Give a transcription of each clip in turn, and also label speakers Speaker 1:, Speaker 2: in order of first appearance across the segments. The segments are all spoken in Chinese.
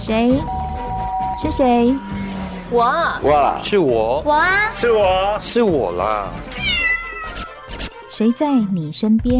Speaker 1: 谁？是谁？
Speaker 2: 我
Speaker 3: 哇，
Speaker 4: 是我，
Speaker 2: 我啊，
Speaker 3: 是我，
Speaker 4: 是我啦。
Speaker 1: 谁在你身边？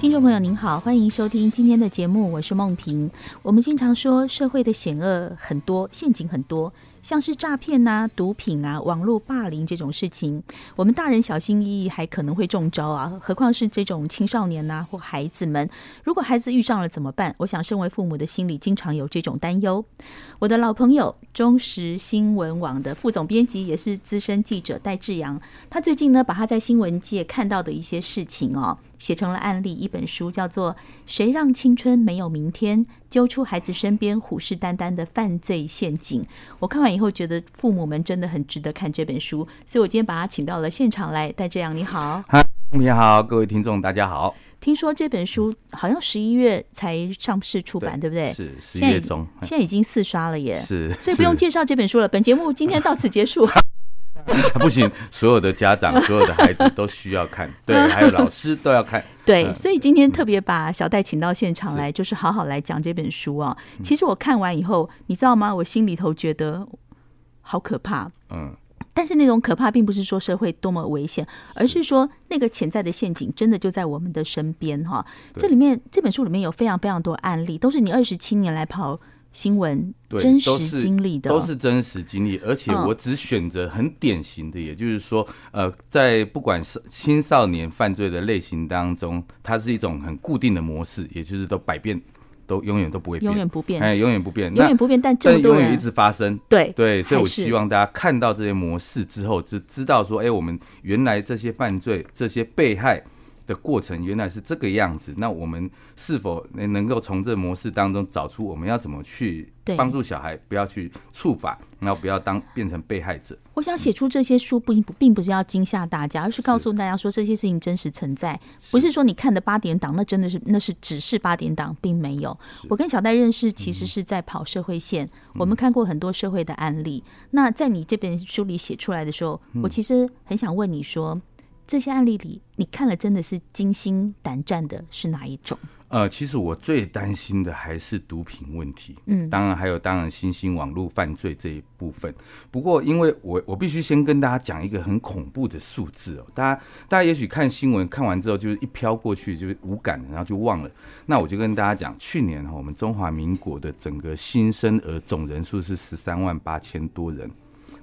Speaker 1: 听众朋友您好，欢迎收听今天的节目，我是梦萍。我们经常说社会的险恶很多，陷阱很多，像是诈骗呐、毒品啊、网络霸凌这种事情，我们大人小心翼翼还可能会中招啊，何况是这种青少年啊呐、或孩子们。如果孩子遇上了怎么办？我想，身为父母的心里经常有这种担忧。我的老朋友中时新闻网的副总编辑，也是资深记者戴志阳，他最近呢，把他在新闻界看到的一些事情哦，写成了案例一本书，叫做《谁让青春没有明天》，揪出孩子身边虎视眈眈的犯罪陷阱。我看完以后觉得父母们真的很值得看这本书，所以我今天把他请到了现场来。戴志阳，你好。
Speaker 5: 嗯你好，各位听众，大家好。
Speaker 1: 听说这本书好像十一月才上市出版，对不对？
Speaker 5: 是
Speaker 1: 现
Speaker 5: 十一
Speaker 1: 在已。
Speaker 5: 月中，
Speaker 1: 现在已经四刷了耶，
Speaker 5: 是，
Speaker 1: 所以不用
Speaker 5: 是
Speaker 1: 介绍这本书了。本节目今天到此结 束。
Speaker 5: 不行， 所有的 家长、所有的孩子都需要看，对，
Speaker 1: 嗯
Speaker 5: 还有老师都要看。
Speaker 1: 对，
Speaker 5: 嗯
Speaker 1: 所以今天特别把小戴请到现场来，就是好好来讲这本书啊。
Speaker 5: 嗯
Speaker 1: 其实我看完以后，你知道吗？我心里头觉得好可怕，
Speaker 5: 嗯，
Speaker 1: 但是那种可怕并不是说社会多么危险，而是说那个潜在的陷阱真的就在我们的身边哈。
Speaker 5: 对
Speaker 1: 这里面这本书里面有非常非常多案例，都是你二十七年来跑新闻
Speaker 5: 对，
Speaker 1: 真
Speaker 5: 都
Speaker 1: 实
Speaker 5: 是
Speaker 1: 经历的，
Speaker 5: 都是真实经历，而且
Speaker 1: 嗯
Speaker 5: 我只选择很典型的，也就是说，呃，在不管是青少年犯罪的类型当中，它是一种很固定的模式，也就是都百变，都永远都不会变，
Speaker 1: 永远不变
Speaker 5: 哎，永远不变，
Speaker 1: 永
Speaker 5: 那
Speaker 1: 远不变，但这
Speaker 5: 但
Speaker 1: 么多
Speaker 5: 永远一
Speaker 1: 人
Speaker 5: 直发生，
Speaker 1: 对
Speaker 5: 对，所以我
Speaker 1: 还是
Speaker 5: 希望大家看到这些模式之后，就知道说，哎、我们原来这些犯罪、这些被害的过程原来是这个样子。那我们是否能能够从这模式当中找出我们要怎么去
Speaker 1: 对
Speaker 5: 帮助小孩，不要去触法，然后不要当变成被害者？
Speaker 1: 我想写出这些书，并不并不是要惊吓大家，而是告诉大家说这些事情真实存在，不是说你看的八点档，那真的是那是只是八点档，并没有。我跟小戴认识，其实是在跑社会线，我们看过很多社会的案例。那在你这本书里写出来的时候，我其实很想问你说，这些案例里，你看了真的是惊心胆战的是哪一种？
Speaker 5: 呃，其实我最担心的还是毒品问题，
Speaker 1: 嗯
Speaker 5: 当然还有当然新兴网络犯罪这一部分。不过，因为我我必须先跟大家讲一个很恐怖的数字哦，大家大家也许看新闻看完之后就是一飘过去就是无感了，然后就忘了。那我就跟大家讲，去年哦哈、我们中华民国的整个新生儿总人数是十三万八千多人，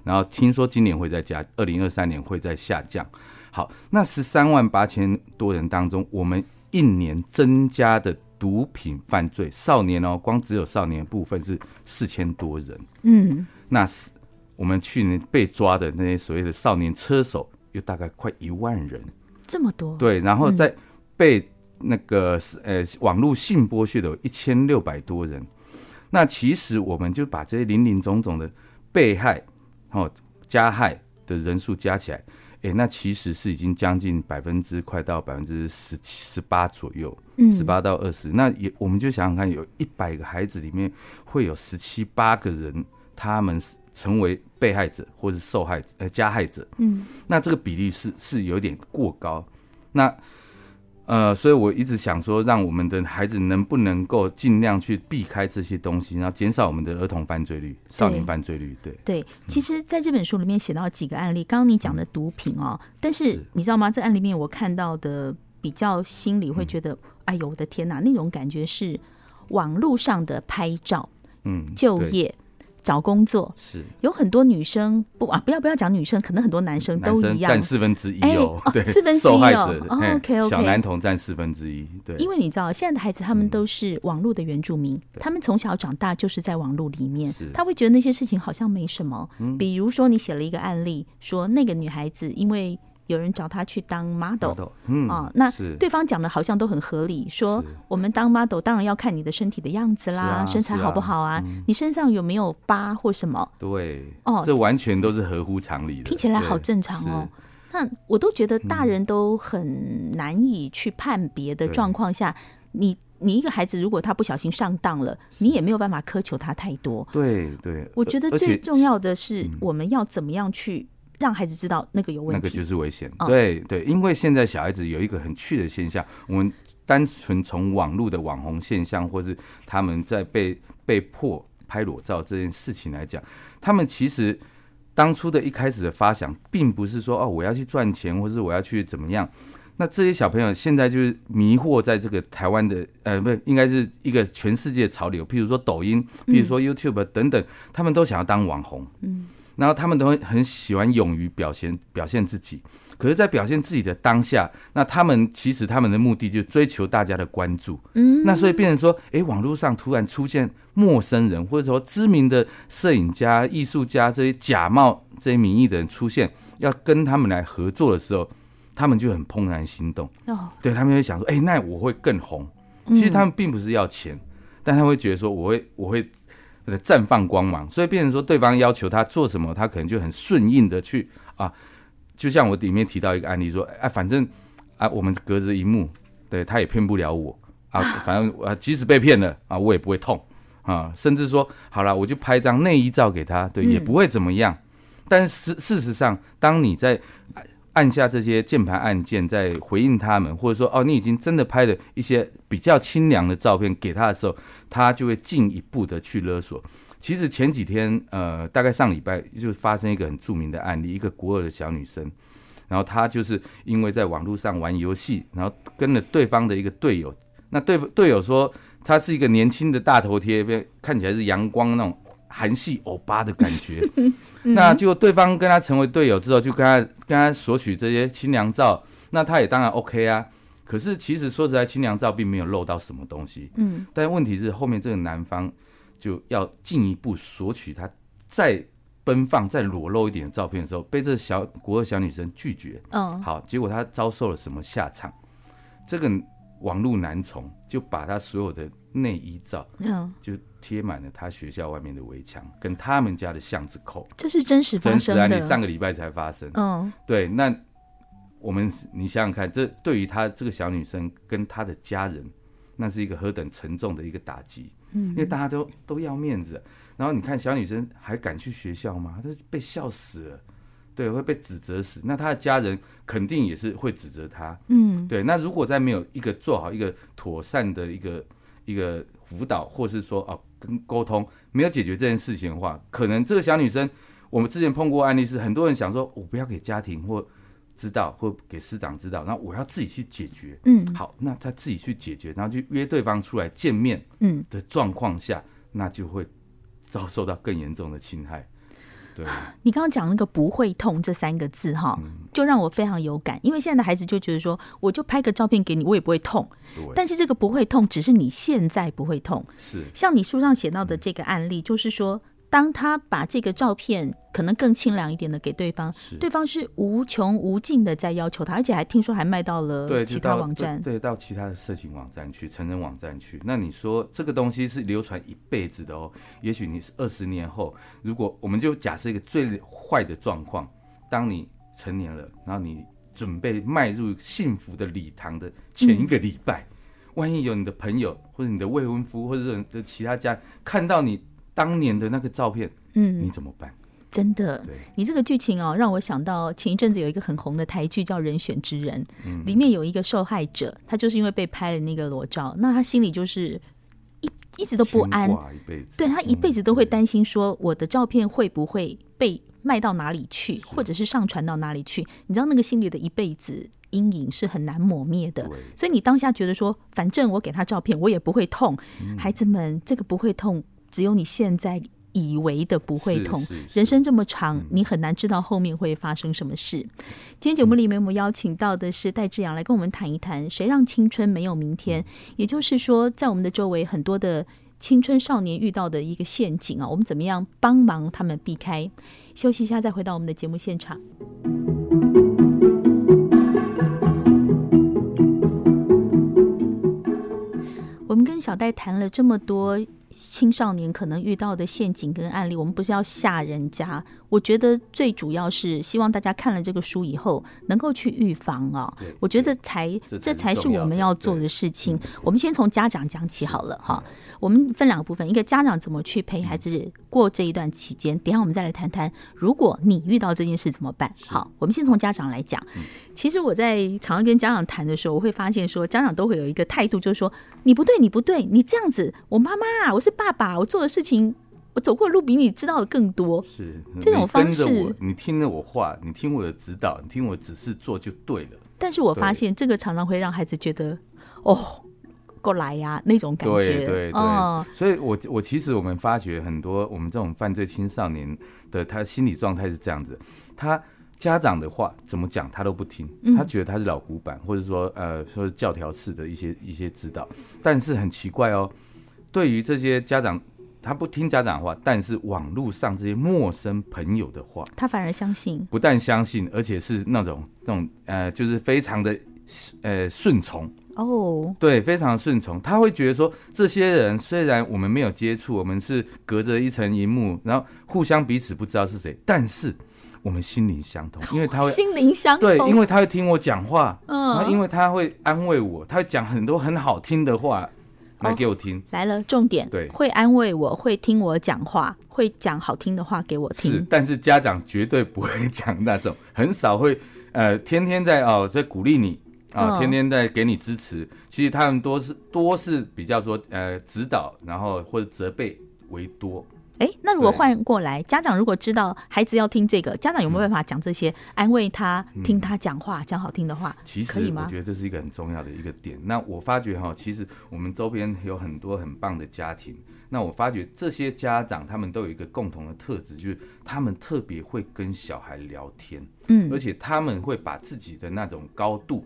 Speaker 5: 然后听说今年会在加，二零二三年会在下降。好，那十三万八千多人当中，我们一年增加的毒品犯罪少年哦，光只有少年的部分是四千多人。
Speaker 1: 嗯，
Speaker 5: 那是我们去年被抓的那些所谓的少年车手，有大概快一万人。
Speaker 1: 这么多，
Speaker 5: 对，然后再被那个呃网络性剥削的有一千六百多人。那其实我们就把这些林林总总的被害、哦加害的人数加起来，诶，那其实是已经将近百分之快到百分之十七、十八左右，
Speaker 1: 嗯
Speaker 5: 十八到二十。那也我们就想想看，有一百个孩子里面会有十七八个人，他们是成为被害者或是受害者呃加害者。
Speaker 1: 嗯，
Speaker 5: 那这个比例是是有点过高。那呃，所以我一直想说，让我们的孩子能不能够尽量去避开这些东西，然后减少我们的儿童犯罪率、少年犯罪率。对，
Speaker 1: 对，其实在这本书里面写到几个案例，刚刚你讲的毒品哦，但是
Speaker 5: 是
Speaker 1: 你知道吗？这案里面我看到的比较心里
Speaker 5: 嗯
Speaker 1: 会觉得，哎呦我的天哪，那种感觉是网络上的拍照、
Speaker 5: 嗯，
Speaker 1: 就
Speaker 5: 对
Speaker 1: 业、找工作，
Speaker 5: 是
Speaker 1: 有很多女生不啊，不要不要讲女生，可能很多男生
Speaker 5: 男
Speaker 1: 都
Speaker 5: 生
Speaker 1: 一样
Speaker 5: 占，四分之一
Speaker 1: 哎
Speaker 5: 哦
Speaker 1: 哦，
Speaker 5: 对，
Speaker 1: 四分之一
Speaker 5: 受害
Speaker 1: 哦
Speaker 5: 者
Speaker 1: 哦
Speaker 5: 嘿
Speaker 1: OK，OK
Speaker 5: 小男童占四分之一，对，嗯
Speaker 1: 因为你知道，现在的孩子他们都是网络的原住民，他们从小长大就是在网络里面
Speaker 5: 是，嗯
Speaker 1: 他会觉得那些事情好像没什么。比如说，你写了一个案例，说那个女孩子因为有人找她去当 model。
Speaker 5: 嗯
Speaker 1: 啊、那
Speaker 5: 是
Speaker 1: 对方讲的好像都很合理，说
Speaker 5: 是
Speaker 1: 我们当 model 当然要看你的身体的样子啦，
Speaker 5: 是啊
Speaker 1: 身材
Speaker 5: 是
Speaker 1: 好不
Speaker 5: 啊
Speaker 1: 好啊，你身上有没有疤或什么，
Speaker 5: 对，
Speaker 1: 哦
Speaker 5: 这完全都是合乎常理的，
Speaker 1: 听起来
Speaker 5: 对
Speaker 1: 好正常哦。那
Speaker 5: 嗯
Speaker 1: 我都觉得大人都很难以去判别的状况下，你你一个孩子如果他不小心上当了，你也没有办法苛求他太多。
Speaker 5: 对对，
Speaker 1: 我觉得
Speaker 5: 而
Speaker 1: 最
Speaker 5: 且嗯
Speaker 1: 重要的是，我们要怎么样去让孩子知道那个有问
Speaker 5: 那
Speaker 1: 题。
Speaker 5: 个就是危险。
Speaker 1: 嗯
Speaker 5: 对对，因为现在小孩子有一个很趣的现象，我们单纯从网络的网红现象，或是他们在被被迫拍裸照这件事情来讲，他们其实当初的一开始的发想，并不是说哦我要去赚钱，或是我要去怎么样。那这些小朋友现在就是迷惑在这个台湾的，呃，不，应该是一个全世界潮流，譬如说抖音，譬如说 YouTube 等等，他们都想要当网红，嗯，然后他们都很很喜欢勇于表现表现自己，可是，在表现自己的当下，那他们其实他们的目的就追求大家的关注，
Speaker 1: 嗯，
Speaker 5: 那所以变成说，诶，网络上突然出现陌生人，或者说知名的摄影家、艺术家这些假冒这些名义的人出现，要跟他们来合作的时候，他们就很怦然心动，
Speaker 1: 哦，
Speaker 5: 对他们会想说，诶，哎那我会更红。其实他们并不是要钱，但他会觉得说，我会我会呃绽放光芒，所以变成说，对方要求他做什么，他可能就很顺应的去啊，就像我里面提到一个案例说，啊，反正啊，我们隔着一幕，对，他也骗不了我啊，反正啊，即使被骗了啊，我也不会痛啊，甚至说好了，我就拍张内衣照给他，对，也不会怎么样。但是事事实上，当你在按按下这些键盘按键，在回应他们，或者说哦，你已经真的拍了一些比较清凉的照片给他的时候，他就会进一步的去勒索。其实前几天，呃，大概上礼拜就发生一个很著名的案例，一个国二的小女生，然后她就是因为在网络上玩游戏，然后跟了对方的一个队友，那队队友说她是一个年轻的大头贴，被看起来是阳光那种韩系欧巴的感觉，那结果对方跟他成为队友之后，就跟他跟他索取这些清凉照，那他也当然 OK 啊。可是其实说实在，清凉照并没有漏到什么东西。
Speaker 1: 嗯，
Speaker 5: 但问题是后面这个男方就要进一步索取他再奔放、再裸露一点的照片的时候，被这小国二小女生拒绝。
Speaker 1: 嗯，
Speaker 5: 好，结果他遭受了什么下场？这个网络男宠就把他所有的内衣照
Speaker 1: 嗯，
Speaker 5: 就贴满了他学校外面的围墙跟他们家的巷子口。
Speaker 1: 这是真实发
Speaker 5: 真实
Speaker 1: 生
Speaker 5: 案
Speaker 1: 的。
Speaker 5: 例上个礼拜才发生。
Speaker 1: 嗯
Speaker 5: 对，那我们你想想看，这对于她这个小女生跟她的家人，那是一个何等沉重的一个打击。嗯，因为大家都都要面子，然后你看小女生还敢去学校吗？她被笑死了，对，会被指责死。那她的家人肯定也是会指责她。
Speaker 1: 嗯，
Speaker 5: 对，那如果再没有一个做好一个妥善的一个一个辅导，或是说哦跟沟通，没有解决这件事情的话，可能这个小女生，我们之前碰过案例是，很多人想说我不要给家庭或知道，或给师长知道，然后我要自己去解决。
Speaker 1: 嗯
Speaker 5: 好，那他自己去解决，然后去约对方出来见面
Speaker 1: 嗯，
Speaker 5: 的状况下，那就会遭受到更严重的侵害。对，
Speaker 1: 你刚刚讲那个“不会痛”这三个字哈，
Speaker 5: 嗯
Speaker 1: 就让我非常有感，因为现在的孩子就觉得说，我就拍个照片给你，我也不会痛。
Speaker 5: 对，
Speaker 1: 但是这个不会痛，只是你现在不会痛。
Speaker 5: 是，
Speaker 1: 像你书上写到的这个案例，就是说，当他把这个照片可能更清凉一点的给对方
Speaker 5: 是，
Speaker 1: 对方是无穷无尽的在要求他，而且还听说还卖到了
Speaker 5: 对，
Speaker 1: 其
Speaker 5: 就
Speaker 1: 他
Speaker 5: 到
Speaker 1: 网
Speaker 5: 对
Speaker 1: 站。
Speaker 5: 对，到其他的色情网站去、成人网站去。那你说这个东西是流传一辈子的哦，也许你是二十年后，如果我们就假设一个最坏的状况，当你成年了，然后你准备迈入幸福的礼堂的前
Speaker 1: 嗯
Speaker 5: 一个礼拜，万一有你的朋友或者你的未婚夫或者是你的其他家看到你当年的那个照片，
Speaker 1: 嗯
Speaker 5: 你，怎么办？
Speaker 1: 真的
Speaker 5: 对，
Speaker 1: 你这个剧情哦，让我想到前一阵子有一个很红的台剧叫《人选之人》，
Speaker 5: 嗯
Speaker 1: 里面有一个受害者，他就是因为被拍了那个裸照，那他心里就是一一直都不安
Speaker 5: 牵，挂一辈子，
Speaker 1: 对他一辈子都会
Speaker 5: 嗯
Speaker 1: 担心说我的照片会不会被卖到哪里去，或者是上传到哪里去？你知道那个心里的一辈子阴影是很难抹灭的
Speaker 5: 对。
Speaker 1: 所以你当下觉得说，反正我给他照片，我也不会痛。
Speaker 5: 嗯
Speaker 1: 孩子们，这个不会痛，只有你现在以为的不会
Speaker 5: 是
Speaker 1: 痛
Speaker 5: 是。是嗯
Speaker 1: 人生这么长，你很难知道后面会发生什么事。今天节
Speaker 5: 嗯
Speaker 1: 目里面，我们邀请到的是戴志阳来跟我们谈一谈，谁让青春没有明天？
Speaker 5: 嗯
Speaker 1: 也就是说，在我们的周围很多的青春少年遇到的一个陷阱啊，我们怎么样帮忙他们避开？休息一下，再回到我们的节目现场。我们跟小戴谈了这么多青少年可能遇到的陷阱跟案例，我们不是要吓人家，我觉得最主要是希望大家看了这个书以后，能够去预防啊、
Speaker 5: 对
Speaker 1: 我觉得这才
Speaker 5: 这才
Speaker 1: 这
Speaker 5: 是
Speaker 1: 才是
Speaker 5: 重
Speaker 1: 我
Speaker 5: 要
Speaker 1: 们
Speaker 5: 的
Speaker 1: 要做的
Speaker 5: 对嗯
Speaker 1: 事情。我们先从家长讲起好了哈。我们分两个部分，一个家长怎么去
Speaker 5: 嗯
Speaker 1: 陪孩子过这一段期间，等一下我们再来谈谈，如果你遇到这件事怎么办？好，我们先从家长来讲。
Speaker 5: 嗯
Speaker 1: 其实我在常常跟家长谈的时候，我会发现说，家长都会有一个态度，就是说你不对，你不对，你这样子，我妈妈啊，我是爸爸，我做的事情，我走过的路比你知道的更多。
Speaker 5: 是
Speaker 1: 这种
Speaker 5: 你跟
Speaker 1: 方
Speaker 5: 着
Speaker 1: 式
Speaker 5: 我，你听了我话，你听我的指导，你听我指示做就对了。
Speaker 1: 但是我发
Speaker 5: 对
Speaker 1: 现这个常常会让孩子觉得，哦，过来呀、那种感觉。
Speaker 5: 对对对，
Speaker 1: 哦
Speaker 5: 所以我我其实我们发觉很多我们这种犯罪青少年的他心理状态是这样子，他。家长的话怎么讲他都不听，
Speaker 1: 嗯
Speaker 5: 他觉得他是老古板，或者说呃说是教条式的一些一些指导，但是很奇怪哦，对于这些家长，他不听家长的话，但是网络上这些陌生朋友的话，
Speaker 1: 他反而相信。
Speaker 5: 不但相信，而且是那种那种呃，就是非常的呃顺从，
Speaker 1: 哦，
Speaker 5: 对，非常顺从。他会觉得说，这些人虽然我们没有接触，我们是隔着一层荧幕，然后互相彼此不知道是谁，但是我们心灵相通，因为他会。
Speaker 1: 心灵相通。
Speaker 5: 对，因为他会听我讲话，
Speaker 1: 嗯
Speaker 5: 然后因为他会安慰我，他会讲很多很好听的话来给我听，
Speaker 1: 来了重点，
Speaker 5: 对
Speaker 1: 会安慰我，会听我讲话，会讲好听的话给我
Speaker 5: 是
Speaker 1: 听，。
Speaker 5: 但是家长绝对不会讲那种，很少会呃天天在哦在鼓励你啊、
Speaker 1: 嗯
Speaker 5: 天天在给你支持。其实他们多是多是比较说呃指导，然后或者责备为多。
Speaker 1: 哎，那如果
Speaker 5: 对
Speaker 1: 换过来，家长如果知道孩子要听这个，家长有没有办法讲这些，安慰他，听他讲话，讲好听的话，
Speaker 5: 嗯其
Speaker 1: 可
Speaker 5: 实
Speaker 1: 以
Speaker 5: 我
Speaker 1: 吗
Speaker 5: 觉？得这是一个很重要的一个点。那我发觉哈，其实我们周边有很多很棒的家庭。那我发觉这些家长他们都有一个共同的特质，就是他们特别会跟小孩聊天。
Speaker 1: 嗯
Speaker 5: 而且他们会把自己的那种高度，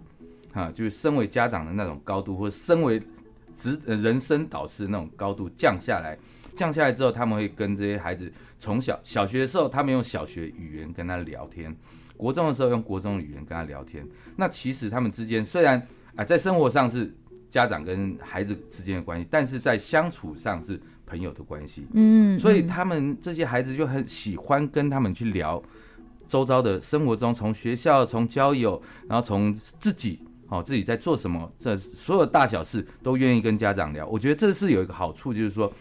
Speaker 5: 啊，就是身为家长的那种高度，或身为职呃人生导师的那种高度降下来。降下来之后，他们会跟这些孩子从小小学的时候，他们用小学语言跟他聊天；国中的时候用国中语言跟他聊天。那其实他们之间虽然啊、在生活上是家长跟孩子之间的关系，但是在相处上是朋友的关系。
Speaker 1: 嗯，
Speaker 5: 所以
Speaker 1: 嗯
Speaker 5: 他们这些孩子就很喜欢跟他们去聊周遭的生活中，从学校、从交友，然后从自己。哦，自己在做什么？这所有大小事都愿意跟家长聊。我觉得这是有一个好处，就是说，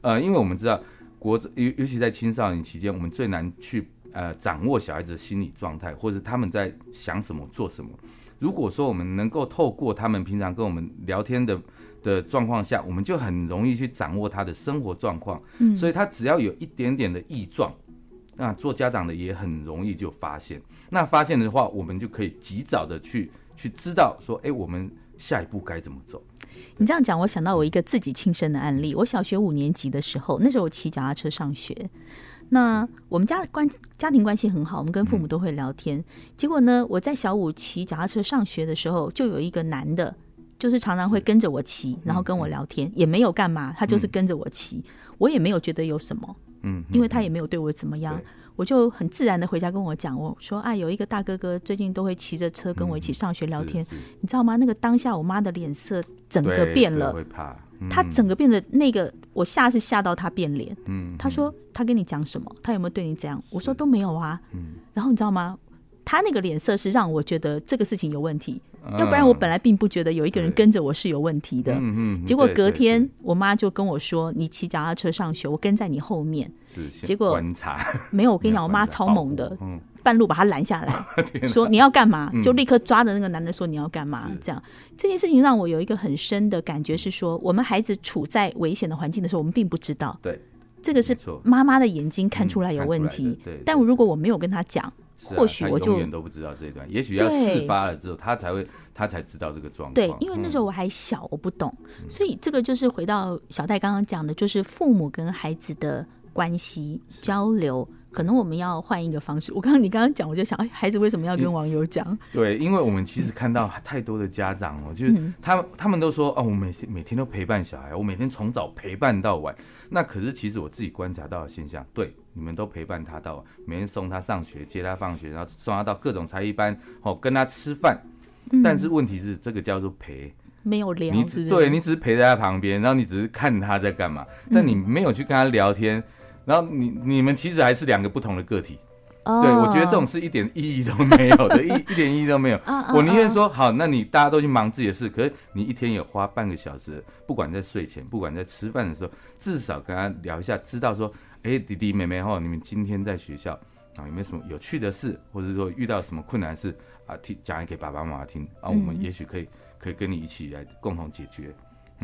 Speaker 5: 呃，因为我们知道国尤尤其在青少年期间，我们最难去呃掌握小孩子的心理状态，或者是他们在想什么、做什么。如果说我们能够透过他们平常跟我们聊天的的状况下，我们就很容易去掌握他的生活状况。
Speaker 1: 嗯
Speaker 5: 所以他只要有一点点的异状，那做家长的也很容易就发现。那发现的话，我们就可以及早的去去知道说，哎、我们下一步该怎么走。
Speaker 1: 你这样讲，我想到我一个自己亲身的案例。我小学五年级的时候，那时候我骑脚踏车上学。那我们家的关家庭关系很好，我们跟父母都会聊天。结果呢，我在小五骑脚踏车上学的时候，就有一个男的，就是常常会跟着我
Speaker 5: 嗯
Speaker 1: 骑，然后跟我聊天，也没有干嘛，他就是跟着我骑，我也没有觉得有什么，
Speaker 5: 嗯，
Speaker 1: 因为他也没有对我怎么样
Speaker 5: 对，
Speaker 1: 我就很自然的回家跟我讲，我说啊，有一个大哥哥最近都会骑着车跟我一起上
Speaker 5: 嗯
Speaker 1: 学聊天，
Speaker 5: 是是
Speaker 1: 你知道吗？那个当下我妈的脸色整个
Speaker 5: 对
Speaker 1: 变
Speaker 5: 对
Speaker 1: 了，
Speaker 5: 会怕。嗯
Speaker 1: 她整个变得那个，我吓是吓到她变脸。
Speaker 5: 嗯
Speaker 1: 她说她跟你讲什么？她有没有对你怎样？我说都没有啊。
Speaker 5: 嗯
Speaker 1: 然后你知道吗？她那个脸色是让我觉得这个事情有问题，
Speaker 5: 嗯
Speaker 1: 要不然我本来并不觉得有一个人
Speaker 5: 对
Speaker 1: 跟着我是有问题的。
Speaker 5: 嗯嗯
Speaker 1: 结果
Speaker 5: 对
Speaker 1: 隔
Speaker 5: 对
Speaker 1: 天，我妈就跟我说：“你骑脚踏车上学，我跟在你后面。
Speaker 5: 对是先
Speaker 1: 结果
Speaker 5: 观察，
Speaker 1: 没有，我跟你讲，我妈
Speaker 5: 观察
Speaker 1: 超
Speaker 5: 保
Speaker 1: 猛
Speaker 5: 护
Speaker 1: 的，
Speaker 5: 嗯，
Speaker 1: 半路把他拦下 来，说你要干嘛，就立刻抓着那个男人说你要干嘛
Speaker 5: 是。
Speaker 1: 这样这件事情让我有一个很深的感觉，是说我们孩子处在危险的环境的时候，我们并不知道，
Speaker 5: 对，
Speaker 1: 这个是
Speaker 5: 没错
Speaker 1: 妈妈的眼睛看出来
Speaker 5: 嗯
Speaker 1: 有
Speaker 5: 看
Speaker 1: 问
Speaker 5: 出来
Speaker 1: 题
Speaker 5: 的对对。
Speaker 1: 但如果我没有跟他讲，
Speaker 5: 是啊
Speaker 1: 或许
Speaker 5: 他
Speaker 1: 我就
Speaker 5: 永远都不知道这一段，也许要
Speaker 1: 对
Speaker 5: 事发了之后，他才会他才知道这个状况。嗯
Speaker 1: 对，因为那时
Speaker 5: 候
Speaker 1: 候我还小，我不懂，所以这个就是回到小戴刚刚讲的，就是父母跟孩子的关系交流。可能我们要换一个方式。我刚刚你刚刚讲，我就想，哎，孩子为什么要跟网友讲？
Speaker 5: 对，因为我们其实看到太多的家长哦，就是他们他们都说哦，我每天每天都陪伴小孩，我每天从早陪伴到晚。那可是其实我自己观察到的现象，对，你们都陪伴他到晚，每天送他上学，接他放学，然后送他到各种才艺班，哦，跟他吃饭。但是问题是，这个叫做陪，
Speaker 1: 没有聊，
Speaker 5: 你
Speaker 1: 是不
Speaker 5: 只
Speaker 1: 是？
Speaker 5: 对你只是陪在他旁边，然后你只是看他在干嘛，但你没有去跟他聊天，然后你你们其实还是两个不同的个体。
Speaker 1: 哦
Speaker 5: 对，我觉得这种是一点意义都没有的，一一点意义都没有
Speaker 1: 嗯。嗯
Speaker 5: 我宁愿说好，那你大家都去忙自己的事，可是你一天也花半个小时，不管在睡前，不管在吃饭的时候，至少跟他聊一下，知道说，哎，弟弟妹妹哈，你们今天在学校啊有没有什么有趣的事，或者说遇到什么困难事啊，听讲给爸爸妈妈听啊，我
Speaker 1: 嗯
Speaker 5: 们也许可以可以跟你一起来共同解决。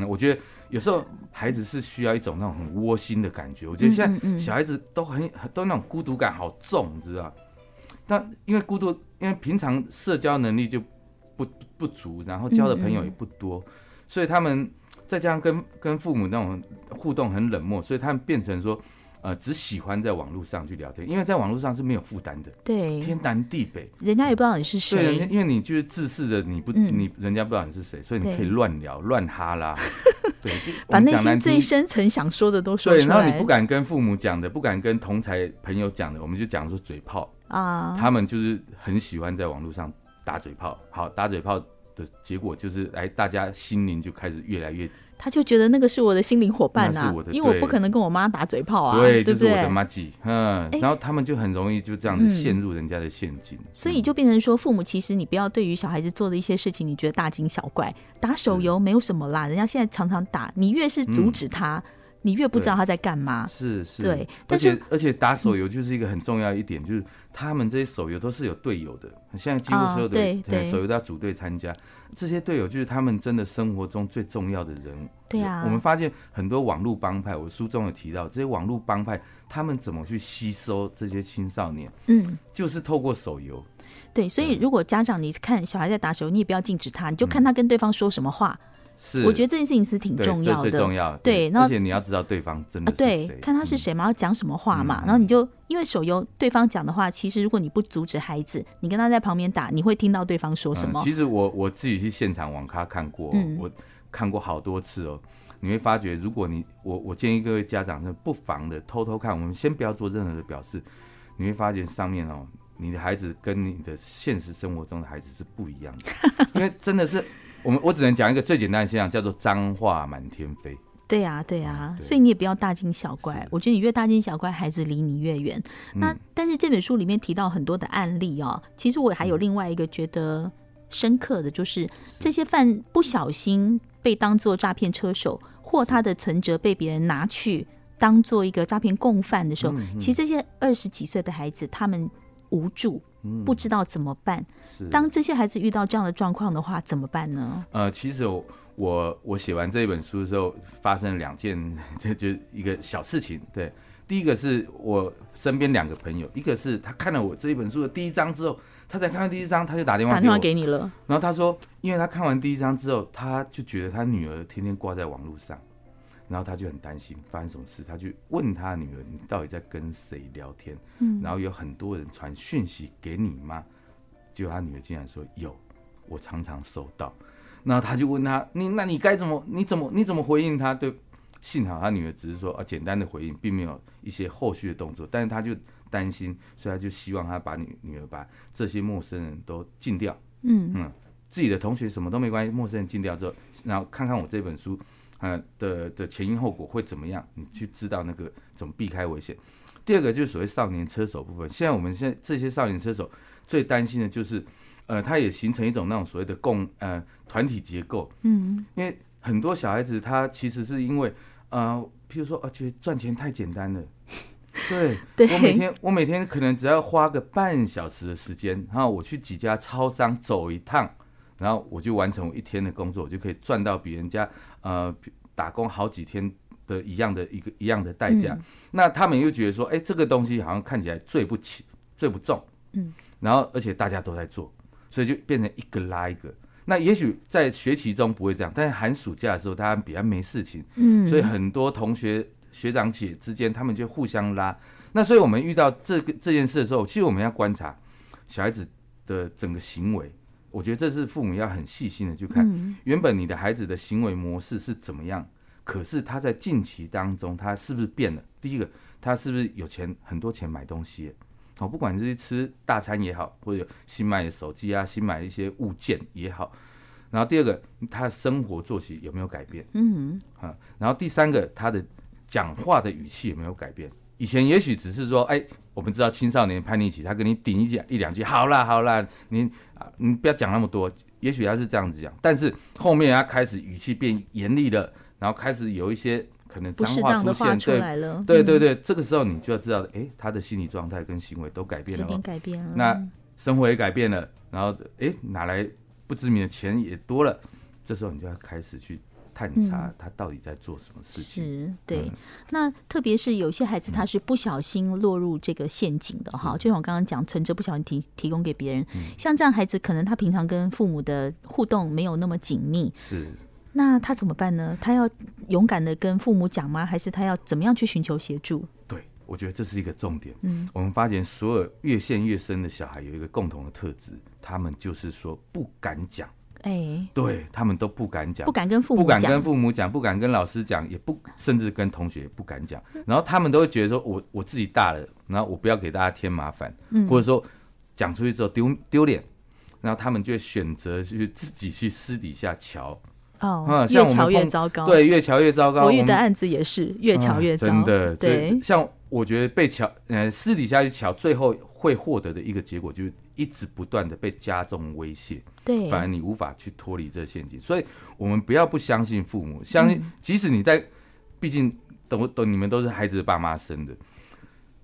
Speaker 5: 嗯，我觉得有时候孩子是需要一种那种很窝心的感觉。我觉得现
Speaker 1: 嗯嗯
Speaker 5: 在小孩子都很都那种孤独感好重，你知道？但因为孤独，因为平常社交能力就不不足，然后交的朋友也不多，
Speaker 1: 嗯
Speaker 5: 所以他们再加上跟跟父母那种互动很冷漠，所以他们变成说，呃，只喜欢在网络上去聊天，因为在网络上是没有负担的，
Speaker 1: 对，
Speaker 5: 天南地北。
Speaker 1: 人家也不知道你是
Speaker 5: 对，人家
Speaker 1: 谁，
Speaker 5: 因为你就是自视的，你不、
Speaker 1: 嗯
Speaker 5: 你人家不知道你是谁，所以你
Speaker 1: 对
Speaker 5: 可以乱聊乱 哈啦，对，就
Speaker 1: 把
Speaker 5: 我们
Speaker 1: 内
Speaker 5: 讲难
Speaker 1: 心最
Speaker 5: 听
Speaker 1: 深层想说的都说
Speaker 5: 对，
Speaker 1: 出
Speaker 5: 然后
Speaker 1: 来。
Speaker 5: 你不敢跟父母讲的，不敢跟同才朋友讲的，我们就讲说嘴炮，
Speaker 1: 啊，
Speaker 5: 他们就是很喜欢在网络上打嘴炮。好，打嘴炮的结果就是，哎，大家心灵就开始越来越
Speaker 1: 他就觉得那个是我的心灵伙伴
Speaker 5: 那
Speaker 1: 呐
Speaker 5: 是我，的
Speaker 1: 因为我
Speaker 5: 对
Speaker 1: 不可能跟我妈打嘴炮啊，
Speaker 5: 对，
Speaker 1: 不
Speaker 5: 就是我
Speaker 1: 对哎
Speaker 5: 的？妈吉，嗯，然后他们就很容易就这样
Speaker 1: 嗯
Speaker 5: 子陷入人家的陷阱。嗯
Speaker 1: 所以就变成说，父母其实你不要对于小孩子做的一些事情，你觉得大惊小怪。
Speaker 5: 嗯
Speaker 1: 打手游没有什么啦，人家现在常常打，你越是阻
Speaker 5: 嗯
Speaker 1: 止他，你越不知道他在干嘛。
Speaker 5: 是是，
Speaker 1: 对但
Speaker 5: 而且
Speaker 1: 是嗯
Speaker 5: 而且打手游就是一个很重要一点，就是他们这些手游都是有队友的，现在几乎
Speaker 1: 啊
Speaker 5: 所有的、
Speaker 1: 对对
Speaker 5: 手游都要组队参加，这些队友就是他们真的生活中最重要的人物。
Speaker 1: 对啊
Speaker 5: 我们发现很多网络帮派，我书中有提到，这些网络帮派他们怎么去吸收这些青少年，
Speaker 1: 嗯，
Speaker 5: 就是透过手游。
Speaker 1: 对。所以如果家长你看小孩在打手游，你也不要禁止他，你就
Speaker 5: 嗯
Speaker 1: 看他跟对方说什么话。
Speaker 5: 是，
Speaker 1: 我觉得这件事情是挺
Speaker 5: 对
Speaker 1: 重
Speaker 5: 这
Speaker 1: 要的。
Speaker 5: 最重要。
Speaker 1: 对然后
Speaker 5: 而且你要知道对方真
Speaker 1: 啊
Speaker 5: 的，是
Speaker 1: 对
Speaker 5: 谁，，
Speaker 1: 看他是
Speaker 5: 嗯
Speaker 1: 谁嘛，要讲什么话嘛，
Speaker 5: 嗯
Speaker 1: 然后你就因为手游对方讲的话，其实如果你不阻止孩子，你跟他在旁边打，你会听到对方说什么
Speaker 5: 嗯、。其实我我自己去现场网咖看过哦、
Speaker 1: 嗯
Speaker 5: 我看过好多次哦。你会发觉，如果你我我建议各位家长是不妨的偷偷看，我们先不要做任何的表示，你会发觉上面哦，你的孩子跟你的现实生活中的孩子是不一样的，因为真的是我们我只能讲一个最简单的现象，叫做脏话满天飞。
Speaker 1: 对呀、对呀、
Speaker 5: 嗯对
Speaker 1: 所以你也不要大惊小怪
Speaker 5: 是。嗯
Speaker 1: 我觉得你越大惊小怪，孩子离你越远。那但是这本书里面提到很多的案例哦，其实我还有另外一个觉得深刻的，就是这些犯不小心被当做诈骗车手，或他的存折被别人拿去当做一个诈骗共犯的时候，
Speaker 5: 嗯
Speaker 1: 其实这些二十几岁的孩子，他们无助，
Speaker 5: 嗯
Speaker 1: 不知道怎么办。
Speaker 5: 是
Speaker 1: 当这些孩子遇到这样的状况的话，怎么办呢？
Speaker 5: 呃，其实我我我写完这一本书的时候，发生了两件，这就一个小事情。对，第一个是我身边两个朋友，一个是他看了我这一本书的第一章之后，他才看到第一章，他就打电话
Speaker 1: 打
Speaker 5: 给
Speaker 1: 电
Speaker 5: 我
Speaker 1: 话，给你了，
Speaker 5: 然后他说，因为他看完第一章之后，他就觉得他女儿天天挂在网络上，然后他就很担心发生什么事，他就问他女儿，你到底在跟谁聊天？嗯，然后有很多人传讯息给你吗？结果他女儿竟然说有，我常常收到。然后他就问他，你那你该怎么？你怎么你怎么回应他？对，幸好他女儿只是说啊简单的回应，并没有一些后续的动作，但是他就担心，所以他就希望他把女女儿把这些陌生人都禁掉。
Speaker 1: 嗯
Speaker 5: 自己的同学什么都没关系，陌生人禁掉之后，然后看看我这本书，呃的的前因后果会怎么样，你去知道那个怎么避开危险。第二个就是所谓少年车手部分，现在我们现在这些少年车手最担心的就是，呃，他也形成一种那种所谓的共呃团体结构，
Speaker 1: 嗯，
Speaker 5: 因为很多小孩子他其实是因为呃，譬如说啊，觉得赚钱太简单了。对，
Speaker 1: 对
Speaker 5: 我每天我每天可能只要花个半小时的时间，然后我去几家超商走一趟，然后我就完成我一天的工作，我就可以赚到比人家呃打工好几天的一样的一个一样的代
Speaker 1: 嗯
Speaker 5: 价。那他们又觉得说，哎、这个东西好像看起来最不起最不重，
Speaker 1: 嗯，
Speaker 5: 然后而且大家都在做，所以就变成一个拉一个。那也许在学期中不会这样，但是寒暑假的时候，大家比较没事情，
Speaker 1: 嗯
Speaker 5: 所以很多同学学长姐之间，他们就互相拉。那所以我们遇到这个这件事的时候，其实我们要观察小孩子的整个行为，我觉得这是父母要很细心的去看，
Speaker 1: 嗯
Speaker 5: 原本你的孩子的行为模式是怎么样，可是他在近期当中，他是不是变了？第一个，他是不是有钱很多钱买东西？哦，不管是去吃大餐也好，或者新买的手机啊，新买一些物件也好。然后第二个，他的生活作息有没有改变？
Speaker 1: 嗯。
Speaker 5: 啊，然后第三个，他的讲话的语气有没有改变？以前也许只是说，哎，我们知道青少年叛逆期，他跟你顶一讲一两句，好啦好啦，你啊你不要讲那么多，也许他是这样子讲，但是后面他开始语气变严厉了，然后开始有一些可能
Speaker 1: 不
Speaker 5: 脏
Speaker 1: 适
Speaker 5: 话
Speaker 1: 当
Speaker 5: 出
Speaker 1: 的话
Speaker 5: 现，
Speaker 1: 出来了，
Speaker 5: 对对对对，这个时候你就要知道，哎、他的心理状态跟行为都改变
Speaker 1: 有
Speaker 5: 了
Speaker 1: 点
Speaker 5: 哦，
Speaker 1: 改嗯变了。
Speaker 5: 那生活也改变了，然后哎、哪来不知名的钱也多了，这时候你就要开始去探
Speaker 1: 嗯
Speaker 5: 查他到底在做什么事情。
Speaker 1: 是对
Speaker 5: 嗯，
Speaker 1: 那特别是有些孩子他是不小心落入这个陷阱的哈，就像我刚刚讲，存折不小心提提供给别人，
Speaker 5: 嗯
Speaker 1: 像这样孩子，可能他平常跟父母的互动没有那么紧密，
Speaker 5: 是
Speaker 1: 那他怎么办呢？他要勇敢的跟父母讲吗？还是他要怎么样去寻求协助？
Speaker 5: 对，我觉得这是一个重点。
Speaker 1: 嗯，
Speaker 5: 我们发现所有越陷越深的小孩有一个共同的特质，他们就是说不敢讲，
Speaker 1: 哎，
Speaker 5: 对他们都不敢讲，
Speaker 1: 不敢跟父母
Speaker 5: 不敢
Speaker 1: 讲
Speaker 5: 跟父母讲，不敢跟老师讲，也不甚至跟同学也不敢讲。然后他们都会觉得说我我自己大了，然后我不要给大家添麻烦，
Speaker 1: 嗯
Speaker 5: 或者说讲出去之后丢丢脸。然后他们就会选择去自己去私底下瞧，
Speaker 1: 哦
Speaker 5: 嗯，
Speaker 1: 越
Speaker 5: 像我们
Speaker 1: 瞧越
Speaker 5: 碰
Speaker 1: 糟糕。，
Speaker 5: 对，越瞧越糟糕。
Speaker 1: 我遇
Speaker 5: 我
Speaker 1: 的
Speaker 5: 们
Speaker 1: 案子也是越瞧越糟，
Speaker 5: 啊真的，这
Speaker 1: 对
Speaker 5: 这，像我觉得被瞧，呃，私底下去瞧，最后会获得的一个结果就是一直不断的被加重威胁，
Speaker 1: 对，
Speaker 5: 反而你无法去脱离这陷阱。所以，我们不要不相信父母，
Speaker 1: 嗯
Speaker 5: 相信即使你在，毕竟都都你们都是孩子的爸妈生的，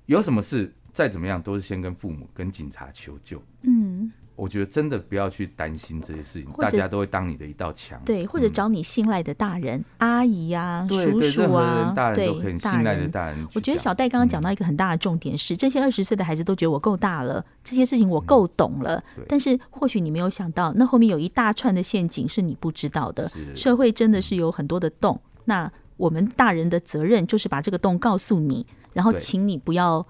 Speaker 5: 有什么事再怎么样都是先跟父母跟警察求救。
Speaker 1: 嗯，
Speaker 5: 我觉得真的不要去担心这些事情，
Speaker 1: 或
Speaker 5: 大
Speaker 1: 者
Speaker 5: 家都会当你的一道墙。
Speaker 1: 对，或者
Speaker 5: 嗯
Speaker 1: 找你信赖的大人、阿姨呀、
Speaker 5: 对
Speaker 1: 叔
Speaker 5: 对任
Speaker 1: 叔
Speaker 5: 何
Speaker 1: 啊
Speaker 5: 人，大人都可以
Speaker 1: 对，
Speaker 5: 信
Speaker 1: 大
Speaker 5: 赖的
Speaker 1: 人。
Speaker 5: 大人去讲。嗯
Speaker 1: 我觉得小戴刚刚讲到一个很大的重点是，这些二十岁的孩子都觉得我够大了，这些事情我够懂了。
Speaker 5: 嗯对
Speaker 1: 但是或许你没有想到，那后面有一大串的陷阱是你不知道的。
Speaker 5: 是嗯
Speaker 1: 社会真的是有很多的洞，那我们大人的责任就是把这个洞告诉你，然后
Speaker 5: 对
Speaker 1: 请你不要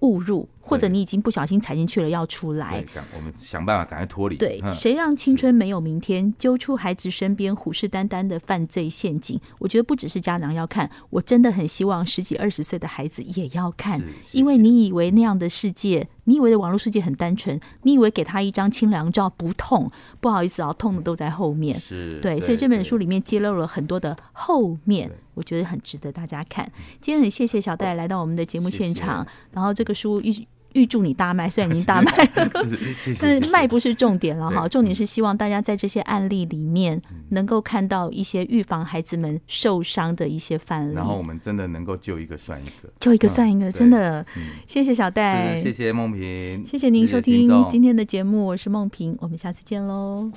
Speaker 1: 误入，或者
Speaker 5: 对
Speaker 1: 你已经不小心踩进去了要出来
Speaker 5: 对，。赶我们想办法赶快脱离。
Speaker 1: 对，
Speaker 5: 嗯
Speaker 1: 谁让青春没有明天？揪出孩子身边虎视眈眈的犯罪陷阱，我觉得不只是家长要看，我真的很希望十几二十岁的孩子也要看
Speaker 5: 是，谢
Speaker 1: 因为
Speaker 5: 谢
Speaker 1: 你以为那样的世界，你以为的网络世界很单纯，你以为给他一张清凉照不痛，不好意思啊，痛的都在后面。
Speaker 5: 是
Speaker 1: 对，所以这本书
Speaker 5: 里
Speaker 1: 里面揭露了很多的后面
Speaker 5: 对，嗯
Speaker 1: 我觉得很值得大家看。今天很谢谢小戴来到我们的节目
Speaker 5: 谢谢
Speaker 1: 现场，然后这个书预预祝你大卖，虽然已经 大卖了，
Speaker 5: 是谢
Speaker 1: 但
Speaker 5: 谢，谢
Speaker 1: 是
Speaker 5: 谢
Speaker 1: 卖不是重点了哈，
Speaker 5: 对嗯
Speaker 1: 重点是希望大家在这些案例里面能够看到一些预防孩子们受伤的一些范例，
Speaker 5: 然后我们真的能够救一个算一个。
Speaker 1: 就一个算一个，
Speaker 5: 嗯
Speaker 1: 真的
Speaker 5: 嗯，
Speaker 1: 谢谢小戴，
Speaker 5: 是谢谢梦萍，
Speaker 1: 谢谢您收
Speaker 5: 听
Speaker 1: 听
Speaker 5: 众
Speaker 1: 今天的节目，我是梦萍，我们下次见喽。